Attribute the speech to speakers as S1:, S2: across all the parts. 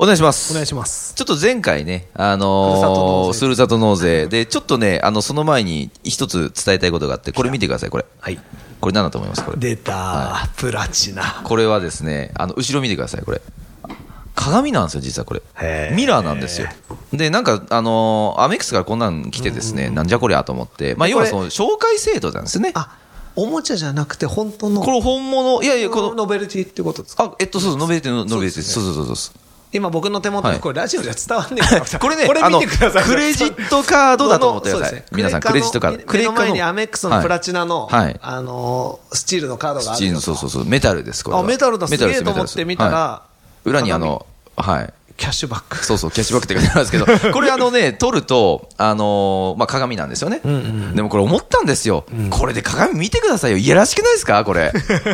S1: お願いします。
S2: お願いします。
S1: ちょっと前回ね、あ
S2: ふるさと納
S1: のー、
S2: 税
S1: ふるさと納税で、ちょっとね、あの、その前に一つ伝えたいことがあって、これ見てください、これ。
S2: はい。
S1: これ何だと思いますこれ。
S2: 出た、プラチナ。
S1: これはですね、あの、後ろ見てください、これ。鏡なんですよ、実はこれ
S2: へ。ー
S1: ミラーなんですよ。で、なんか、あのーアメックスからこんなん来てですね、なんじゃこりゃと思って、まあ、
S2: で
S1: 要
S2: こ
S1: は
S2: れ
S1: その、紹介制度なんですね。
S2: あ、おもちゃじゃなくて本当の。
S1: これ本物、いやいや、この、
S2: ノベルティってことですか
S1: あ、えっと、そうそう、述べて、述べて、そうそうそうそうそう。
S2: 今僕の手元
S1: はい
S2: にこれラジオじゃ伝わんねえから
S1: これね、あ
S2: 見
S1: の、
S2: てください。
S1: クレジットカードだと思ってくださ
S2: そう
S1: い
S2: です。ね
S1: 皆さん、クレジットカード。
S2: の目の前にアメックスのプラチナの、
S1: はいはい
S2: あのー、スチールのカードがあ
S1: ス
S2: る
S1: チームそうそうそう、メタルです、これは。
S2: あメタルだすげえ
S1: メタルです
S2: と思って見たら
S1: はい裏にあの、はい。
S2: キャッシュバック。
S1: そうそう、キャッシュバックって書いてあるんです けど、これあのね、撮ると、あのーまあ、鏡なんですよね。でもこれ思ったんですよ。これで鏡見てくださいよ。いやらしくないですかこれ。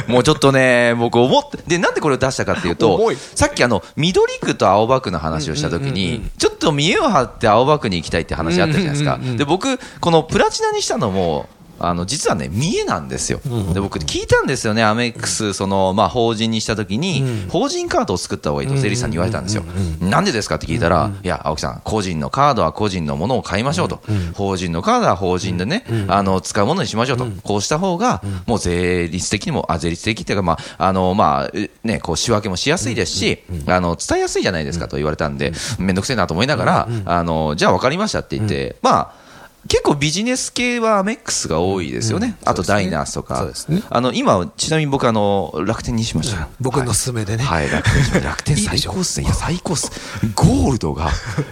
S1: もうちょっとね、僕思って、で、なんでこれを出したかっていう
S2: 重
S1: と
S2: い、
S1: さっきあの、緑区と青葉区の話をしたときに、ちょっと見栄を張って青葉区に行きたいって話あったじゃないですか。で、僕、このプラチナにしたのも、あの実はね、見えなんですよ、で僕、聞いたんですよね、アメックス、そのまあ、法人にしたときに、法人カードを作った方がいいと、税理士さんに言われたんですよ、なんでですかって聞いたら、いや、青木さん、個人のカードは個人のものを買いましょうと、法人のカードは法人でね、あの使うものにしましょうと、こうした方が、もう税率的にも、あ税率的っていうか、まああのまあえね、こう仕分けもしやすいですし、あの伝えやすいじゃないですかと言われたんで、めんどくせえなと思いながら、あのじゃあ分かりましたって言って、まあ、結構ビジネス系はアメックスが多いですよね、あとダイナースとか、
S2: そうですね
S1: あの今、ちなみに僕あの、楽天にしました、
S2: 僕の勧めでね。
S1: はい、楽天しました、楽天最高っすね、いや、最高っす、ゴールドが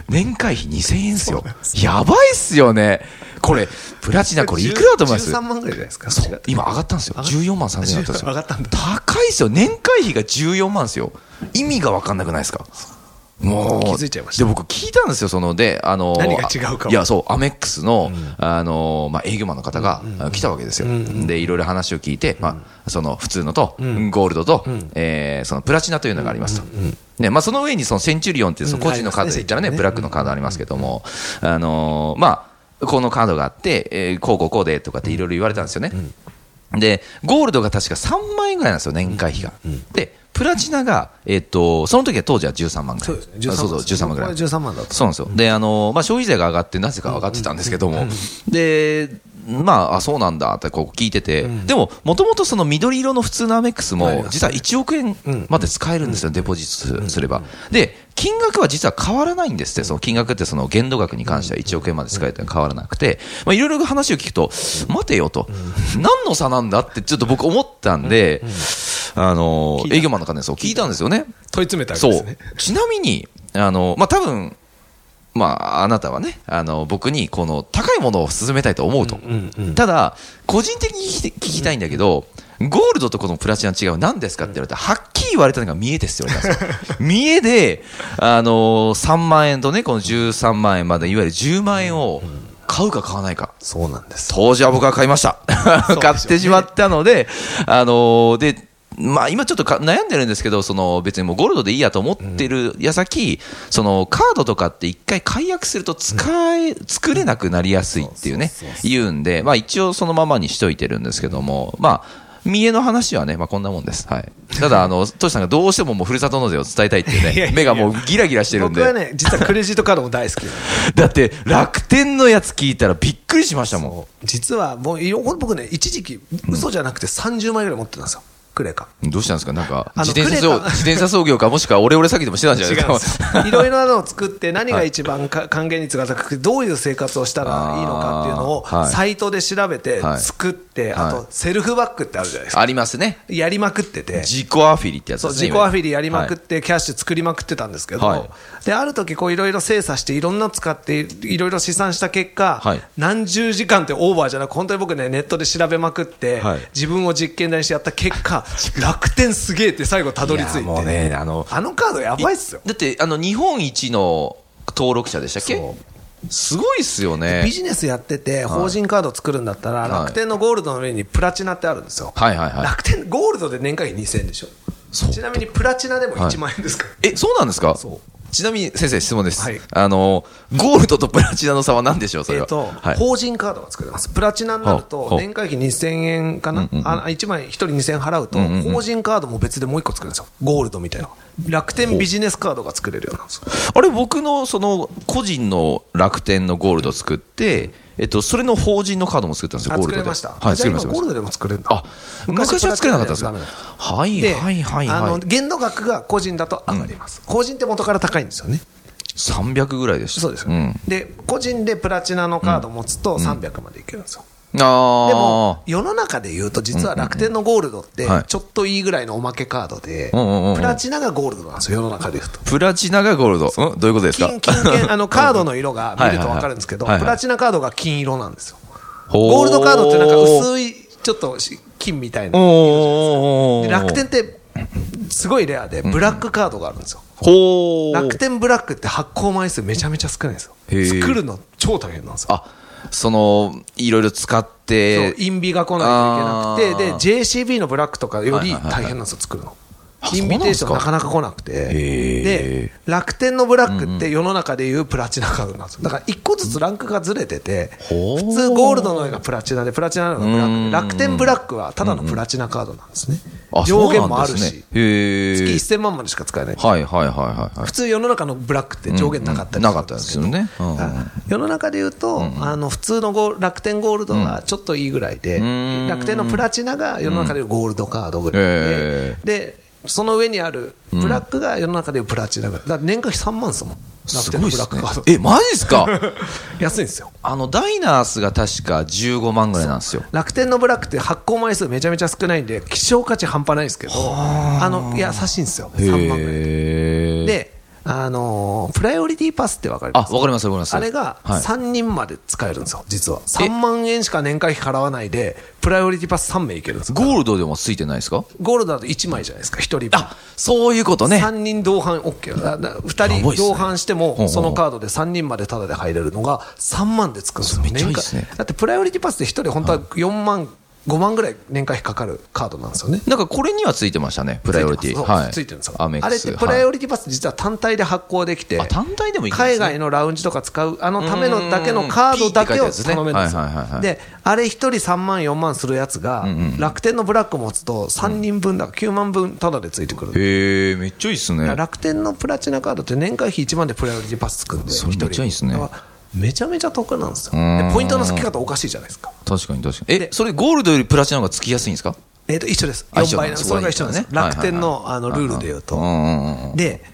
S1: 年会費2000円っすよ、やばいっすよね、これ、プラチナ、これ、いくらだと思います
S2: 13万ぐらいじゃないですか。
S1: そう今上がったんですよ、14万3000円だったんですよ、
S2: 上がったんだ
S1: 高いっすよ、年会費が14万ですよ、意味が分かんなくないですか。もう
S2: 気づいちゃいました
S1: で僕、聞いたんですよ、そので、あの
S2: 何が違うかを
S1: いや、そう、アメックスの、あのまあ、営業マンの方があ来たわけですよ、でいろいろ話を聞いて、まあ、その普通のと、ゴールドと、えーそのプラチナというのがありますと、ねまあ、その上にそのセンチュリオンっていうその個人のカードで言ったらね、
S2: ありますね
S1: ブラックのカードありますけども、あのまあ、このカードがあって、えーこうこうこうでとかっていろいろ言われたんですよね。で、ゴールドが確か3万円ぐらいなんですよ、年会費が。で、プラチナが、えっと、その時は当時は13万ぐらい。
S2: そうですね13
S1: あ
S2: 万
S1: そうそう、13万ぐらい。
S2: これ13万だと
S1: そうなんですよ。で、あの、まあ、消費税が上がって、なぜか上がってたんですけども、で、まあ、あ、そうなんだってこう聞いてて、でも、もともとその緑色の普通のアメックスも、実は1億円まで使えるんですよ、デポジットすすれば。で、金額は実は変わらないんですって、その金額ってその限度額に関しては1億円まで使えるというのは変わらなくて、まあ、いろいろ話を聞くと、待てよと、何の差なんだってちょっと僕思ったんで、あの
S2: 聞い、た
S1: 営業マンの方にそう聞いたんですよね。
S2: 問い詰めたわけ
S1: そ
S2: です
S1: う
S2: ね。。
S1: ちなみに、あの、まあ、多分、まあ、あなたはね、あの、僕に、この、高いものを勧めたいと思うと。ただ、個人的に聞き聞きたいんだけど、ゴールドとこのプラチナの違いは何ですかって言われたら、はっきり言われたのが見えですよ、皆さん 見えで、あの3万円とね、この13万円まで、いわゆる10万円を買うか買わないか。
S2: そうなんです。
S1: 当時は僕は買いました。買ってしまったので、あのーで、まあ今ちょっとか悩んでるんですけど、その別にもうゴールドでいいやと思ってる矢先、そのカードとかって一回解約すると使え、作れなくなりやすいっていうね、言うんで、まあ一応そのままにしといてるんですけども、まあ、見栄の話はね、まあこんなもんです。はい。ただ、あ の、トシさんがどうしてももうふるさと納税を伝えたいっていう
S2: いやいや
S1: ね、
S2: いや
S1: 目がもうギラギラしてるんで。
S2: 僕はね、実はクレジットカードも大好きなんで す
S1: だって、楽天のやつ聞いたらびっくりしましたもん。
S2: 実はもういろ僕ね、一時期、嘘じゃなくて30枚ぐらい持ってたんですよ、クレカ。
S1: どうしたんですかなんか、
S2: あの
S1: 自転車
S2: クレ
S1: 操、
S2: カ
S1: 自転車操業か、もしくはオレオレ詐欺でもしてたんじゃな
S2: 違う
S1: い
S2: んで
S1: ですすか
S2: よいろいろなのを作って、何が一番か還元率が高くて、どういう生活をしたらいいのかっていうの
S1: あーは
S2: を、
S1: い
S2: サイトで調べて
S1: は、い
S2: 作って、
S1: はい
S2: あとセルフバッグってあるじゃないです か、
S1: ありますね。
S2: やりまくってて、
S1: 自己アフィリってやつ
S2: そう
S1: ですね。
S2: 自己アフィリやりまくっ
S1: はい
S2: て、キャッシュ作りまくってたんですけど、
S1: はい
S2: である時こういろいろ精査して、いろんなの使って、いろいろ試算した結果、
S1: はい
S2: 何十時間ってオーバーじゃなく、本当に僕ね、ネットで調べまくって、
S1: はい
S2: 自分を実験台にしてやった結果、 楽天すげえって最後、たどり着いて、
S1: やもうね、あの、
S2: あのカードやばいっすよ。
S1: だって、あの、日本一の登録者でしたっけ
S2: そう
S1: すごいっすよね
S2: ビ。ジネスやってて、法人カード作るんだったら、
S1: い
S2: 楽天のゴールドの上にプラチナってあるんですよ。
S1: はいはいはい。
S2: 楽天、ゴールドで年会費2000円でしょ。
S1: そう
S2: ちなみにプラチナでも
S1: はい
S2: 1万円ですから。
S1: え、そうなんですか
S2: そ
S1: ちなみに先生、質問です。
S2: はい
S1: あの、ゴールドとプラチナの差は何でしょう、それ
S2: え
S1: は。
S2: っと
S1: はい、
S2: 法人カードが作れます、プラチナになる
S1: ほう
S2: と
S1: ほ、う
S2: 年会費2000円かな、
S1: うんうんうん
S2: あ1枚、1人2000円払うと、
S1: うんうんうん
S2: 法人カードも別でもう1個作れるんですよ、ゴールドみたいな、楽天ビジネスカードが作れるようなんですよ、
S1: あれ、僕のその個人の楽天のゴールド作って、えっと、それの法人のカードも作ったんですよ、
S2: あ
S1: ゴー
S2: 作
S1: ルド
S2: れ
S1: で。
S2: ました、
S1: はい、
S2: じ
S1: 作
S2: ゃあ
S1: りま
S2: 今、
S1: した。
S2: ゴールドでも作れるんだ、
S1: あ、昔は作れなかったんですか。
S2: プラチナだ
S1: はい
S2: で
S1: はいはい
S2: あ
S1: は
S2: の
S1: い。
S2: 限度額が個人だと上がります、個人って元から高いんですよね、
S1: 300ぐらいでした。
S2: そうです、
S1: ん。
S2: で個人でプラチナのカード持つと300までいけるんですよ。
S1: ああ。
S2: でも、世の中で言うと、実は楽天のゴールドって
S1: はい、
S2: ちょっといいぐらいのおまけカードで、
S1: うんうんうんうん
S2: プラチナがゴールドなんですよ、世の中で言うと。
S1: プラチナがゴールド。うんどういうことですか
S2: 金、 金券、あの、カードの色が見ると分かるんですけど、
S1: はいはい
S2: プ
S1: はい
S2: ラチナカードが金色なんですよ。
S1: ほ
S2: ゴールドカードってなんか薄い、ちょっとし金みたい
S1: おー
S2: な。
S1: おーおーおー
S2: で楽天って、すごいレアで、ブラックカードがあるんですよ。
S1: ほー
S2: 楽天ブラックって発行枚数めちゃめちゃ少ないんですよ。
S1: へー
S2: 作るの超大変なんですよ。
S1: あ、その、いろいろ使って
S2: そう、インビが来ないといけな
S1: あー
S2: くて、で、JCB のブラックとかより
S1: はいはいはい
S2: 大変なんですよ、作るの。
S1: あ
S2: インビテーシ
S1: そうなん
S2: ョン
S1: ですか
S2: なかなか来なくて、
S1: ー
S2: で、楽天のブラックって世の中でいうプラチナカードなんですよ。だから一個ずつランクがずれてて、
S1: ほー
S2: 普通ゴールドの上がプラチナで、プラチナの上がブラッ
S1: う
S2: ク
S1: ん
S2: で、楽天ブラックはただのプラチナカードなんですね
S1: あ。
S2: 上限もある
S1: そうなん
S2: し、
S1: ですねへ
S2: 月
S1: ー
S2: 1000万までしか使えない。
S1: はいはいはいはいはい
S2: 普。通世の中のブラックって上限なかったり
S1: うんうんなかったですよねうんうん
S2: あ世の中で言うと、あの普通のゴー楽天ゴールドがちょっといいぐらいで、
S1: ん
S2: 楽天のプラチナが世の中でいうゴールドカードぐらいで、
S1: へ
S2: でその上にあるブラックが世の中でいうプラチナぐらい、だから年会費3万ですもん、楽天のブラックカード、
S1: え、マジですか
S2: 安いんですよ。
S1: あの、ダイナースが確か15万ぐらいなんですよ。
S2: 楽天のブラックって発行枚数めちゃめちゃ少ないんで、希少価値半端ないんですけど、あの、いや優しいんですよ、3万ぐらい。
S1: へー。
S2: で、あのープライオリティパスってわかります
S1: あわかりますわかります
S2: あれが
S1: はい
S2: 3人まで使えるんですよ、実は。3万円しか年会費払わないで、プライオリティパス3名いけるんですよ。
S1: ゴールドでもついてないですか
S2: ゴールドだと1枚じゃないですか、1人分。
S1: あ、そういうことね
S2: 3。人同伴 OK だだ
S1: やばい
S2: 2
S1: っ
S2: 人
S1: すね
S2: 同伴して
S1: ほうほう
S2: も、そのカードで3人までタダで入れるのが3万でつくんですよ、
S1: めっちゃいいっすね
S2: 年会だってプライオリティパスって1人、本当は4万、5万ぐらい年会費かかるカードなんですよね。
S1: なんかこれにはついてましたね、プライオリティ。はい。
S2: ついてるんですよ。
S1: アメッ
S2: あ
S1: ク
S2: れっ
S1: ス。
S2: てプライ
S1: はい
S2: オリティパス実は単体で発行できて、
S1: あ単体でもいいんですね
S2: 海外のラウンジとか使う、あのためのだけのカードだけ
S1: う
S2: を
S1: んピーって書い
S2: 頼
S1: てある
S2: め
S1: や
S2: る
S1: つ
S2: んです
S1: ねはいはいはいは
S2: よ。
S1: い
S2: で、あれ一人3万、4万するやつが、楽天のブラック持つと3人分だから9万分タダでついてくる。
S1: へえ、めっちゃいいっすね。
S2: だから楽天のプラチナカードって年会費1万でプライオリティパスつくんで、
S1: それめっちゃいいっすね
S2: 一人だからめちゃめちゃ得なんですよ。
S1: うん
S2: でポイントの付け方おかしいじゃないですか。
S1: 確かに確かに。え、
S2: で
S1: それゴールドよりプラチナの方がつきやすいんですか
S2: えっと、一緒です。
S1: あ
S2: 4倍なんです。それが一緒なんです。楽天のあのルールで言うと。
S1: と。
S2: で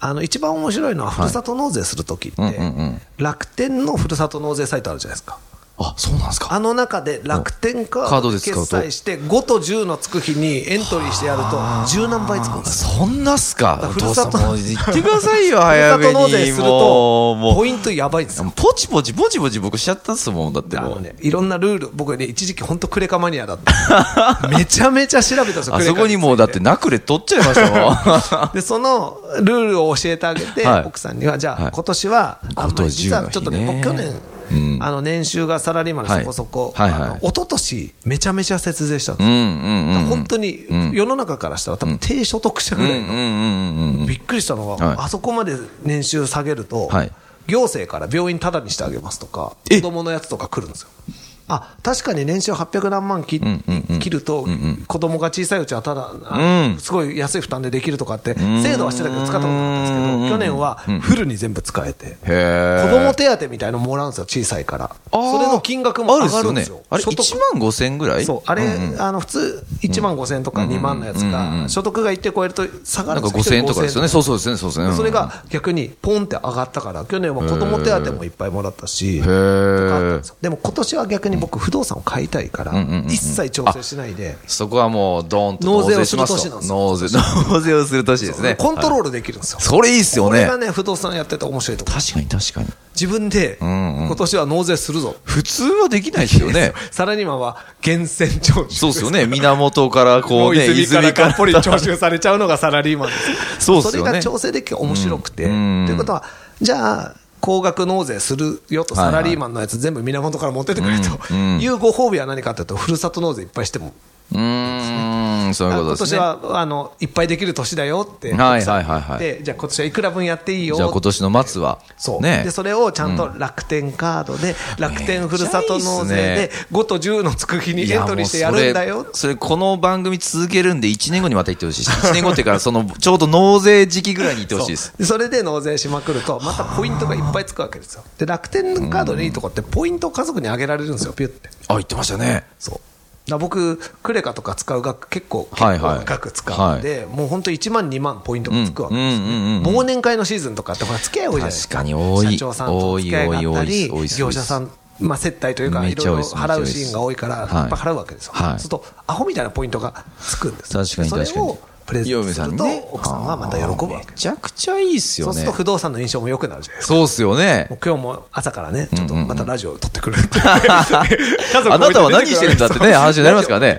S2: あの一番面白いのは、ふるさと納税するときって、
S1: うんうんうん
S2: 楽天のふるさと納税サイトあるじゃないですか、
S1: あ、そうなんですか。
S2: あの中で楽天カ
S1: カード
S2: ード
S1: で
S2: で
S1: 使うと
S2: 決済して、5と10のつく日にエントリーしてやると、10何倍つくんですよ。
S1: そんなっすか。お
S2: ふ
S1: 父
S2: る
S1: さ
S2: さ
S1: ん
S2: と
S1: もう言ってくださいよ、
S2: ふる
S1: 早
S2: さ
S1: めに。
S2: と納税す
S1: もう
S2: ると、
S1: も
S2: ポ
S1: う
S2: イントやばいんですよ。
S1: ポチポチ、ポチポチ僕しちゃったっすもん、だって
S2: あ
S1: も
S2: の
S1: う。
S2: ね、いろんなルール、僕ね、一時期、本当、クレカマニアだっ た。めちゃめちゃ調べたんですよ、
S1: あ
S2: クレカ
S1: そこにもう
S2: つい
S1: だってナクレ取っちゃいましたもん。
S2: でそのルールを教えてあげて、
S1: はい
S2: 奥さんには、じゃあ、
S1: はい
S2: 今年は、あんまり実はちょっとね、
S1: 今年は十の
S2: 僕、去
S1: 日
S2: 年
S1: ね、うん
S2: あの年収がサラリーマンでそこそこ、
S1: はいはいはい
S2: あの一昨年めちゃめちゃ節税したん
S1: う
S2: で
S1: ん
S2: す
S1: う
S2: よ、
S1: んうん。
S2: 本当に世の中からしたら、多分低所得者ぐ
S1: うん
S2: ら
S1: う
S2: い
S1: ん
S2: の、
S1: うんうんうん。
S2: びっくりしたのは、
S1: はい
S2: あそこまで年収下げると、
S1: はい
S2: 行政から病院タダにしてあげますとか、
S1: え
S2: 子供のやつとか来るんですよ。あ確かに年収800何万切,、切ると、子供が小さいうちはただ、あ
S1: うん
S2: すごい安い負担でできるとかって、制度はしてたけど、使ったことなかったんですけど、去年はフルに全部使えて、
S1: へえ。
S2: 子供手当みたいのもらうんですよ、小さいから、それの金額も上がるんですよ、
S1: あるっすねあれ、
S2: 所得
S1: 1万5千ぐらい
S2: そうあれ、あの普通、1万5000とか2万のやつが、所得が一定超えると下が
S1: な
S2: る
S1: ん
S2: ん
S1: か
S2: です
S1: 5
S2: よ
S1: 千円とかですよね。
S2: 一人
S1: そうそうですね、そうですね。
S2: 5000それが逆にポンって上がったから、去年は子供手当もいっぱいもらったし、
S1: うん。へー
S2: でも今年は逆に僕、不動産を買いたいから、一切調整しないで、
S1: そこはもう、ドーンと納税しますと。納
S2: 納
S1: 税、納税をする年ですね。
S2: コントロ
S1: ール。
S2: ールできるんですよ。
S1: それいいっすよ
S2: これ
S1: ね
S2: が。ね、不動産やってて面白いとこ
S1: 確かに確かに。
S2: 自分で、
S1: んうん
S2: 今年は納税するぞ。
S1: 普通はできないですよ ね。
S2: サラリーマンは源泉徴収。
S1: そうっすよね。源からこ
S2: も
S1: う
S2: う
S1: ね、
S2: 泉から
S1: か
S2: が
S1: ら
S2: っぽり徴収されちゃうのがサラリーマンで す
S1: そうっすよね
S2: れが調整できて面白くて、
S1: うん
S2: ということはじゃあ高額納税するよと、
S1: はいは
S2: サ
S1: い
S2: ラリーマンのやつ全部源から持ってってくれと
S1: うんうん
S2: いうご褒美は何かというと、ふるさと納税いっぱいしても、
S1: うーん、そういうこと
S2: 今
S1: です
S2: 年
S1: ね。
S2: はあのいっぱいできる年だよって、
S1: はいはいはいはい
S2: でじゃあ今年はいくら分やっていいよ
S1: じゃあ今年の末は、
S2: そう、
S1: ね
S2: で、それをちゃんと楽天カードで、楽天ふるさと納税
S1: めっ
S2: で
S1: ち、
S2: 5と10のつく日にエントリーしてやるんだ
S1: いやもう
S2: よ
S1: それ、それこの番組続けるんで、1年後にまた行ってほしいし、1年後っていうか、その、ちょうど納税時期ぐらいに行ってほしいです。
S2: で それで納税しまくると、またポイントがいっぱいつくわけですよ。で、楽天カードのいいとこって、ポイントを家族にあげられるんですよ、ピュって。
S1: あ、言ってましたね。
S2: そう。だから僕、クレカとか使う額、結構、結構
S1: はいはい
S2: な額使うんで、もう本当1万、2万ポイントがつくわけですね
S1: うんうんうんうん。
S2: 忘年会のシーズンとかって、ほら、付き合い多いじゃないですか。
S1: 確かに多い
S2: 社長さんと付き合いがあったり
S1: 多い多い多い多い多い、
S2: 業者さん、まあ、接待というか、
S1: め
S2: い
S1: っ
S2: ろい
S1: ちゃ多い
S2: ろ
S1: です
S2: 払うシーンが多いから、
S1: め
S2: い
S1: っ
S2: っ
S1: ちゃ多いです
S2: ぱい払うわけですよ。
S1: はい
S2: そうすると、アホみたいなポイントがつくんですよ
S1: 確かに確かに。
S2: それをプレゼントすると、奥さんはまた喜ぶわ
S1: あー
S2: け
S1: めちゃくちゃいいっす
S2: そ
S1: よ
S2: うす
S1: ね
S2: ると。不動産の印象も良くなるじゃないですか。
S1: そうっすよね
S2: も。う今日も朝からね、ちょっとまたラジオ 撮ってくるって、
S1: あなたは何してるんだってね、話になりますからね。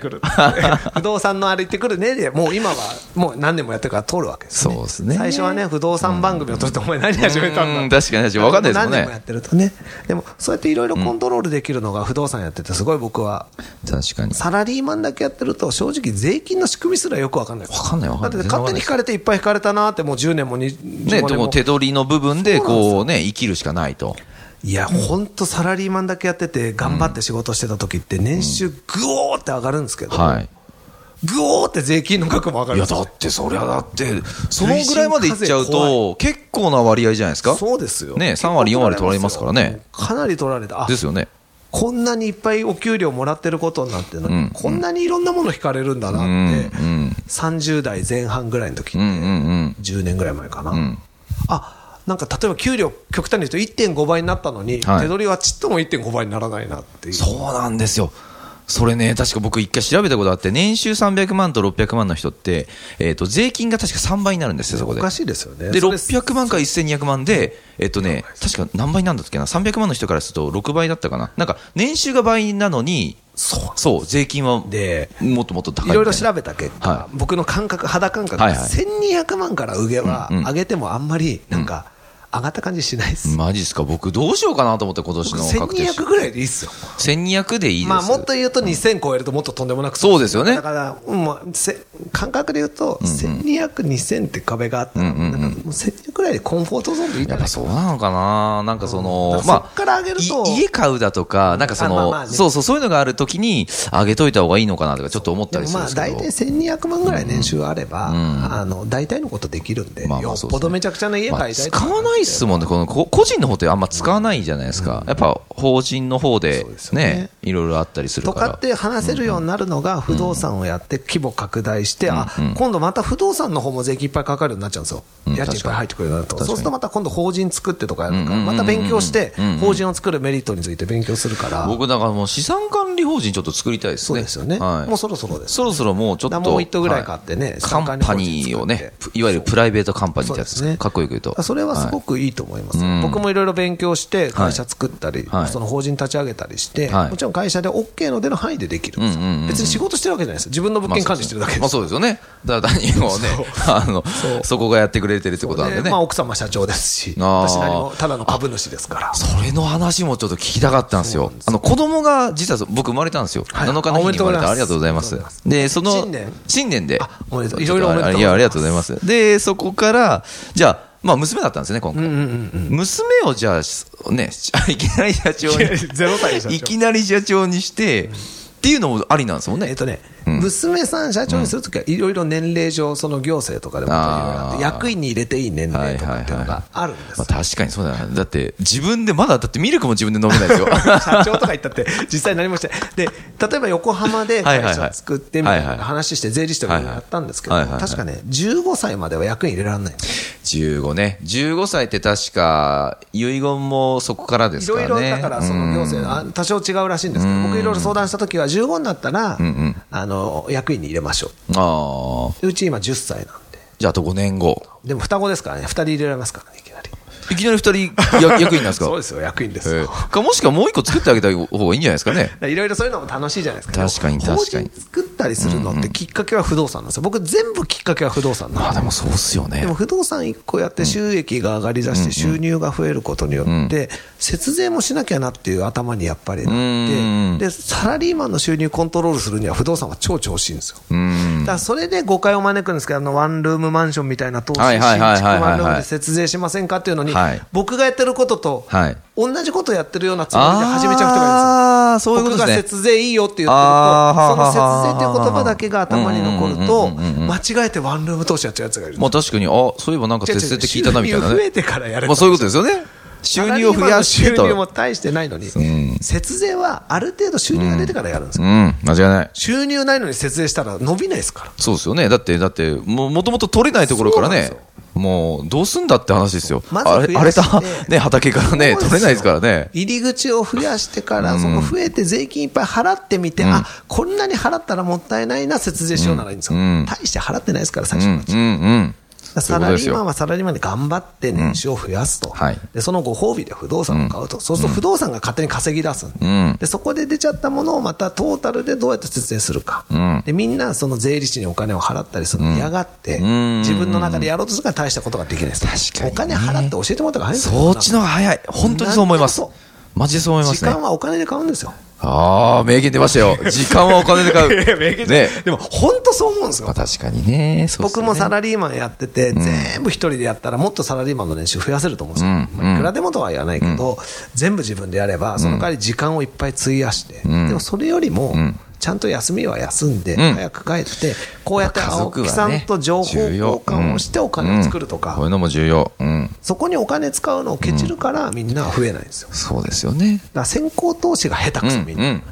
S2: 不動産の歩いてくるねで、もう今は、もう何年もやってるから通るわけです、ね。
S1: そうですね
S2: 最初はね、不動産番組を撮って、お前何始めたんだ
S1: うん確かに確かに分かんないですもんね
S2: 何年もやってるとね。でも、そうやっていろいろコントロールできるのが不動産やってて、すごい僕は、
S1: 確かに。
S2: サラリーマンだけやってると、正直税金の仕組みすらよく分かんないです。
S1: 分かんない分かんない
S2: だって勝手に引かれていっぱい引かれたなって、もう10年も20
S1: ね、
S2: 年
S1: で
S2: も。
S1: も手取りの部分で、こうね、生きるしかないと。
S2: いや、本当サラリーマンだけやってて、頑張って仕事してた時って、年収ぐおーって上がるんですけど、
S1: はい。
S2: ぐおーって税金の額も上がる
S1: い
S2: ん
S1: や、
S2: ですよ
S1: だって、そりゃだって、そのぐらいまでいっちゃうと、結構な割合じゃないですか。
S2: そうですよ。
S1: ね、3割、4割取られますからね。
S2: かなり取られた。あ
S1: ですよね。
S2: こんなにいっぱいお給料もらってることになってるのに、
S1: うん
S2: こんなにいろんなもの引かれるんだなって、
S1: うんうん
S2: 30代前半ぐらいの時って、
S1: うんうんうん。
S2: 10年ぐらい前かな。
S1: ん
S2: あなんか例えば給料、極端に言うと1.5倍になったのに、
S1: はい
S2: 手取りはちっとも1.5倍にならないなっていう。
S1: そうなんですよ。それね、確か僕一回調べたことあって、年収300万と600万の人って、えっ、と、税金が確か3倍になるんですよ、そこ
S2: お
S1: で。
S2: かしいですよね。
S1: で、
S2: それ
S1: 600万から1200万で、えっとね、確か何倍なんだっけな、300万の人からすると6倍だったかな。なんか、年収が倍なのに、
S2: そう
S1: そう、税金は、
S2: で
S1: もっともっと高い
S2: いろいろ調
S1: べ
S2: べた結果、
S1: は
S2: 僕の感覚、肌感覚、
S1: はいはい
S2: 1200万から上は、
S1: うんうん
S2: 上げてもあんまり、なんか、上がった感じしないです。
S1: マジですか、僕どうしようかなと思って、今年の確定
S2: 1200ぐらいでいいっすよ。
S1: 1200でいいです。
S2: まあ、もっと言うと2000超えるともっととんでもなく
S1: そうですよね
S2: だから、うんまあせ感覚で言うと、1200、2000って壁があったら、
S1: うんうんうん
S2: なんかもう1200ぐらいでコンフォートゾーンでいいんじ
S1: やっ
S2: ゃな
S1: ぱ
S2: いか
S1: そうなのかな、なんかその
S2: う、ん
S1: まあ、
S2: そっから上げると
S1: い家買うだとか、なんかそ
S2: あまあ
S1: の、
S2: まあね
S1: そうそう、そういうのがあるときに、上げといた方がいいのかなとか、ちょっと思った
S2: で
S1: り
S2: も
S1: するん
S2: ま
S1: で
S2: あ
S1: すけど。
S2: 大体1200万ぐらい年収あれば、
S1: ん
S2: あの大体のことできるんで、
S1: まあまあそう
S2: よ
S1: ですね
S2: っぽどめちゃくちゃな家
S1: ま
S2: 買
S1: あ
S2: いたいと
S1: 使わないっすもんね、このこ個人の方ってあんま使わないじゃないですか、やっぱ法人の方で
S2: そうですよ
S1: ね
S2: ね、
S1: いろいろあったりする
S2: と
S1: から。
S2: かって話せるようになるのが、不動産をやって、規模拡大して、あ今度また不動産の方も税金いっぱいかかるようになっちゃうんですよ、
S1: うん
S2: 家賃いっぱい入ってくるようになると、
S1: 確かに
S2: そうするとまた今度、法人作ってとかやるか
S1: うんう
S2: ら、
S1: んうんうん
S2: また勉強して
S1: うんうん、
S2: 法人を作るメリットについて勉強するから、
S1: 僕、だからもう資産管理法人ちょっと作りたいですね。
S2: そうですよね、
S1: はい、
S2: もうそろそろです。
S1: そろそろもうちょっと。
S2: もう一棟ぐらい買ってね
S1: はい
S2: 資
S1: カ
S2: 産
S1: ン
S2: 管理
S1: パ
S2: 法人
S1: ニ
S2: 作って
S1: ーをね、いわゆるプライベートカンパニーってやつです
S2: そうです
S1: ね。
S2: ね
S1: かっこよく言うと。
S2: それはすご
S1: く、
S2: くいいと思います、
S1: はいうん
S2: 僕もいろいろ勉強して、会社作ったり、
S1: はい
S2: その法人立ち上げたりして、
S1: はい
S2: もちろん会社で OK の出の範囲でできるんですよ、
S1: うんうんうんうん
S2: 別に仕事してるわけじゃないです、自分の物件管理してるだけです
S1: まあそうですよね。だから何もね、あの、そこがやってくれてるってことなんでね。
S2: まあ、奥様社長ですし、
S1: あー
S2: 私何もただの株主ですから。
S1: それの話もちょっと聞きたかったんですよ。あの、子供が、実はそう僕生まれたんですよ。
S2: はい
S1: 7日の日に生まれ
S2: あ
S1: た。あ
S2: お
S1: りが
S2: め
S1: と
S2: でと
S1: うござ
S2: うござ
S1: い
S2: い
S1: ま
S2: ますす。
S1: で、その、
S2: 新年
S1: 新年で
S2: あおめでとういろいろおめでとうございます
S1: や、ありがとうございます。で、そこから、じゃあ、まあ娘だったんですね、今回。娘をじゃあ、ね、いきなり社長に。
S2: 0歳で
S1: いきなり社長にして、っていうのもありなんですもん
S2: えっ
S1: ね。
S2: とね、
S1: うん
S2: 娘さん社長にするときはいろいろ年齢上、その行政とかでもいろいろあっ
S1: あー
S2: て、役員に入れていい年齢とかっていうのがあるんです
S1: まあ
S2: よ。
S1: 確かにそうだな。だって、自分で、まだ、だってミルクも自分で飲めない ですよ。
S2: 社長とか言ったって、 実際になりまして、で、例えば横浜で会社作ってみたいな話して、税理士とかいろいろやったんですけど、
S1: はいはいはいはい
S2: 確かね、15歳までは役員入れられないんです
S1: 15ね。15歳って確か、遺言もそこからです
S2: よ。
S1: か
S2: い
S1: らね。
S2: ろいろだから、その行政、あ多少違うらしいんですけど、僕いろいろ相談したときは、15になったら、あの、役員に入れましょう。
S1: ああ。
S2: うち今10歳なんで。
S1: じゃあ、あと5年後。
S2: でも双子ですからね。二人入れられますからね、いきなり。
S1: いきなり2人や 役員なんですか
S2: そうですよ、役員です
S1: え
S2: よ。
S1: ーかもしくはもう1個作ってあげた方がいいんじゃないですかね。
S2: いろいろそういうのも楽しいじゃないですか。
S1: 確かに
S2: でも
S1: 確かに
S2: 法人作ったりするのってきっかけは不動産なんですよ。僕全部きっかけは不動産な
S1: ま
S2: んで
S1: あでもそうっすよね
S2: でも。不動産1個やって収益が上がりだして収入が増えることによって節税もしなきゃなっていう頭にやっぱりな
S1: う
S2: っ
S1: ん
S2: てでサラリーマンの収入コントロールするには不動産は超調子いいんですよ。
S1: うん
S2: だからそれで誤解を招くんですけど、あのワンルームマンションみたいな投資、
S1: は
S2: 新
S1: い
S2: 築
S1: はいはいはいはい
S2: ワンルームで節税しませんかっていうのに、
S1: はい
S2: 僕がやってることと、
S1: はい
S2: 同じことやってるようなつもりで始めちゃう人がいるんですよ。
S1: ああ、そういうこと
S2: 僕が
S1: ですね。
S2: 節税いいよって言ってると、そ
S1: あーは
S2: の
S1: はは
S2: 節税という言葉だけが頭に残る
S1: う
S2: と、
S1: んうんうんうんうん
S2: 間違えてワンルーム投資やっちゃうやつがいるんです
S1: まあ確かに、あそういえばなんか
S2: 違う違う
S1: 節制って聞いたなみたいな
S2: 収入増え
S1: ね。
S2: てからやれ
S1: まあそういうことですよね。収入を増やして
S2: サラリーマンの収入も
S1: と。
S2: 大してないのに、
S1: ん
S2: 節税はある程度収入が出てからやるんです
S1: う
S2: よ、
S1: ん、間違いない。
S2: 収入ないのに節税したら伸びないですから。
S1: そうですよね。だって、だって、もうもともと取れないところからね
S2: そうなんで、
S1: もうどうすんだって話ですよ。
S2: まず
S1: あれ荒
S2: 増や
S1: れ
S2: して
S1: た、ね、畑からね、
S2: そう
S1: 取れないですからね。
S2: 入り口を増やしてから、
S1: うん
S2: その増えて税金いっぱい払ってみて、
S1: うん
S2: あこんなに払ったらもったいないな、節税しようならいいんですよ、
S1: うん
S2: 大して払ってないですから、最
S1: うん、うん
S2: 初のうち、、
S1: うん。そう
S2: サ
S1: いうこ
S2: ラ
S1: とで
S2: リ
S1: す
S2: ーマン
S1: よ。
S2: はサラリーマンで頑張って年収を増やすと、
S1: はい
S2: で、そのご褒美で不動産を買うと、そうすると不動産が勝手に稼ぎ出すんで、
S1: うん
S2: でそこで出ちゃったものをまたトータルでどうやって節税するか、
S1: ん
S2: でみんなその税理士にお金を払ったりするの嫌がって、
S1: ん
S2: 自分の中でやろうとするから大したことができないです、
S1: 確かにね
S2: お金払って教えてもらった方が早いんですよ
S1: そっちの方が早い。本当にそう思います
S2: なんでも。
S1: マジでそう思いま
S2: 時
S1: すね。
S2: 間はお金で買うんですよ。
S1: ああ、名言出ましたよ。時間はお金で買 う。ね。
S2: でも本当そう思うんです
S1: まあ
S2: よ。
S1: 確かにね。そうっす
S2: 僕
S1: よね
S2: もサラリーマンやってて、全部一人でやったら、もっとサラリーマンの練習増やせると思うんですよ。
S1: うん
S2: まあいくらでもとは言わないけど、全部自分でやれば、その代わり時間をいっぱい費やして、
S1: ん
S2: でもそれよりも
S1: ん、
S2: ちゃんと休みは休んで、
S1: ん
S2: 早く帰って、こうやって
S1: まあ家
S2: 青
S1: 族は
S2: 木
S1: ね
S2: さんと情報
S1: 重
S2: 交
S1: 要
S2: 換をしてお金を作ると
S1: うんこうい
S2: か、
S1: うのも重要。うん。
S2: そこにお金使うのをケチるから、みんな増えないんですよ。だ
S1: そうですよね。
S2: から先行投資が下手
S1: う
S2: く
S1: ん。う。
S2: そ、みんなん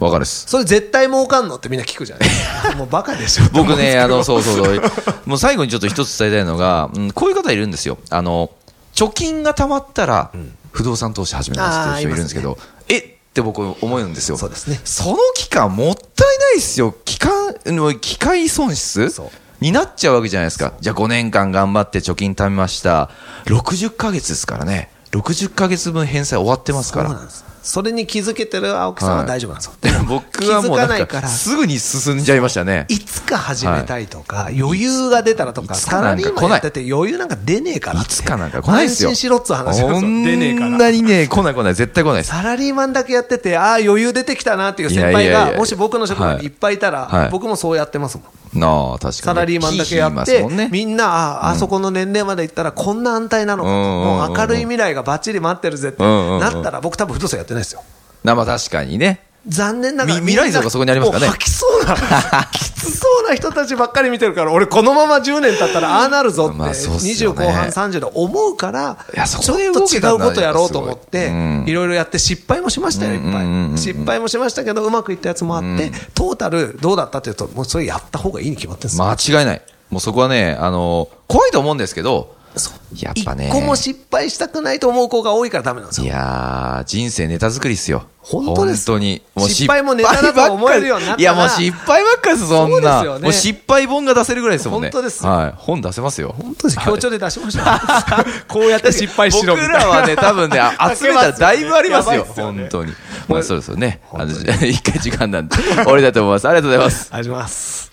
S1: わかるっす。
S2: それ絶対儲かんのってみんな聞くじゃないですか。もうバカでしょ。
S1: 僕ね、あ の、そうそうそう。もう最後にちょっと一つ伝えたいのが、うんこういう方いるんですよ。あの、貯金が貯まったら、不動産投資始めますっていう人いるんですけど、えって僕思うんですよ。
S2: そうですね
S1: その期間もったいないですよ。期間、の機械損失
S2: そう
S1: になっちゃうわけじゃないですか。じゃあ5年間頑張って貯金貯めました。60ヶ月ですからね。60ヶ月分返済終わってますから。
S2: そうなんですそれに気づけてる青木さんは大丈夫なんですよ、
S1: でも僕はもう
S2: 気づかな
S1: ないん
S2: から
S1: か、すぐに進んじゃいましたね。
S2: いつか始めたいとか、余裕が出たらとか
S1: いつ
S2: サ
S1: か
S2: ラ
S1: なん
S2: リ
S1: か来ない
S2: ーマンやってて余裕なんか出ねえから
S1: いつかなんか来ないですよ。
S2: 安心しろっつう話なん
S1: こん
S2: ですよ出ねえから
S1: なにね、来ない来ない、絶対来ないです。
S2: サラリーマンだけやっててああ余裕出てきたなっていう先
S1: いやい
S2: 輩
S1: やいやい
S2: が
S1: や
S2: もし僕の職場にいっぱいいたら、
S1: はいはい
S2: 僕もそうやってますもん
S1: なあ、確かに。
S2: サラリーマンだけやっ
S1: 聞き
S2: て、
S1: ますもんね
S2: みんな、ああそこの年齢までいったら、こんな安泰なのか、
S1: うんうんうんうん
S2: もう明るい未来がばっちり待ってるぜって、
S1: うんうんうん
S2: なったら、僕、多分不動産やってないですよ。
S1: なまあ確かにね。
S2: 残念ながら
S1: み未来像がそこにありますかね
S2: もう吐きそうなきつそうな人たちばっかり見てるから俺このまま10年経ったらああなるぞって、
S1: まあそうっす
S2: 20
S1: よ
S2: 後
S1: ね
S2: 半30で思うから
S1: いやそ
S2: ちょ
S1: こで
S2: っ
S1: 動
S2: と
S1: け
S2: 違
S1: た
S2: うん
S1: だ
S2: ことやろうと思って
S1: うん
S2: いろいろやって失敗もしましたよいっぱ
S1: うんうんうんう
S2: い
S1: ん
S2: 失敗もしましたけどうまくいったやつもあってトータルどうだったっていうともうそれやった方がいいに決まってるんですよ、
S1: 間違いない。もうそこはね、あの、怖いと思うんですけど、
S2: そう
S1: やっぱね
S2: 一個も失敗したくないと思う子が多いからダメなんです
S1: い
S2: よ
S1: やー、人生ネタ作りっすよ。
S2: 本当です
S1: 本当に。
S2: 失敗もネタだと思えるようになったら
S1: いや、もう失敗ばっかりです、そんな。
S2: そうですよね
S1: もう失敗本が出せるぐらいですもんね。
S2: 本当ですよ
S1: はい。本出せますよ。
S2: 本当ですよ強調で出し ました、こうやって失敗しろみたい
S1: 僕
S2: な
S1: らはね、多分ね、 あ集めたらだいぶあります
S2: や
S1: よ。
S2: ばいっすよね
S1: 本当に。まあ、そうですよね。あの、 じゃあ一回時間なんで、終わりだと思います。ありがとうございます。
S2: ありがとうございます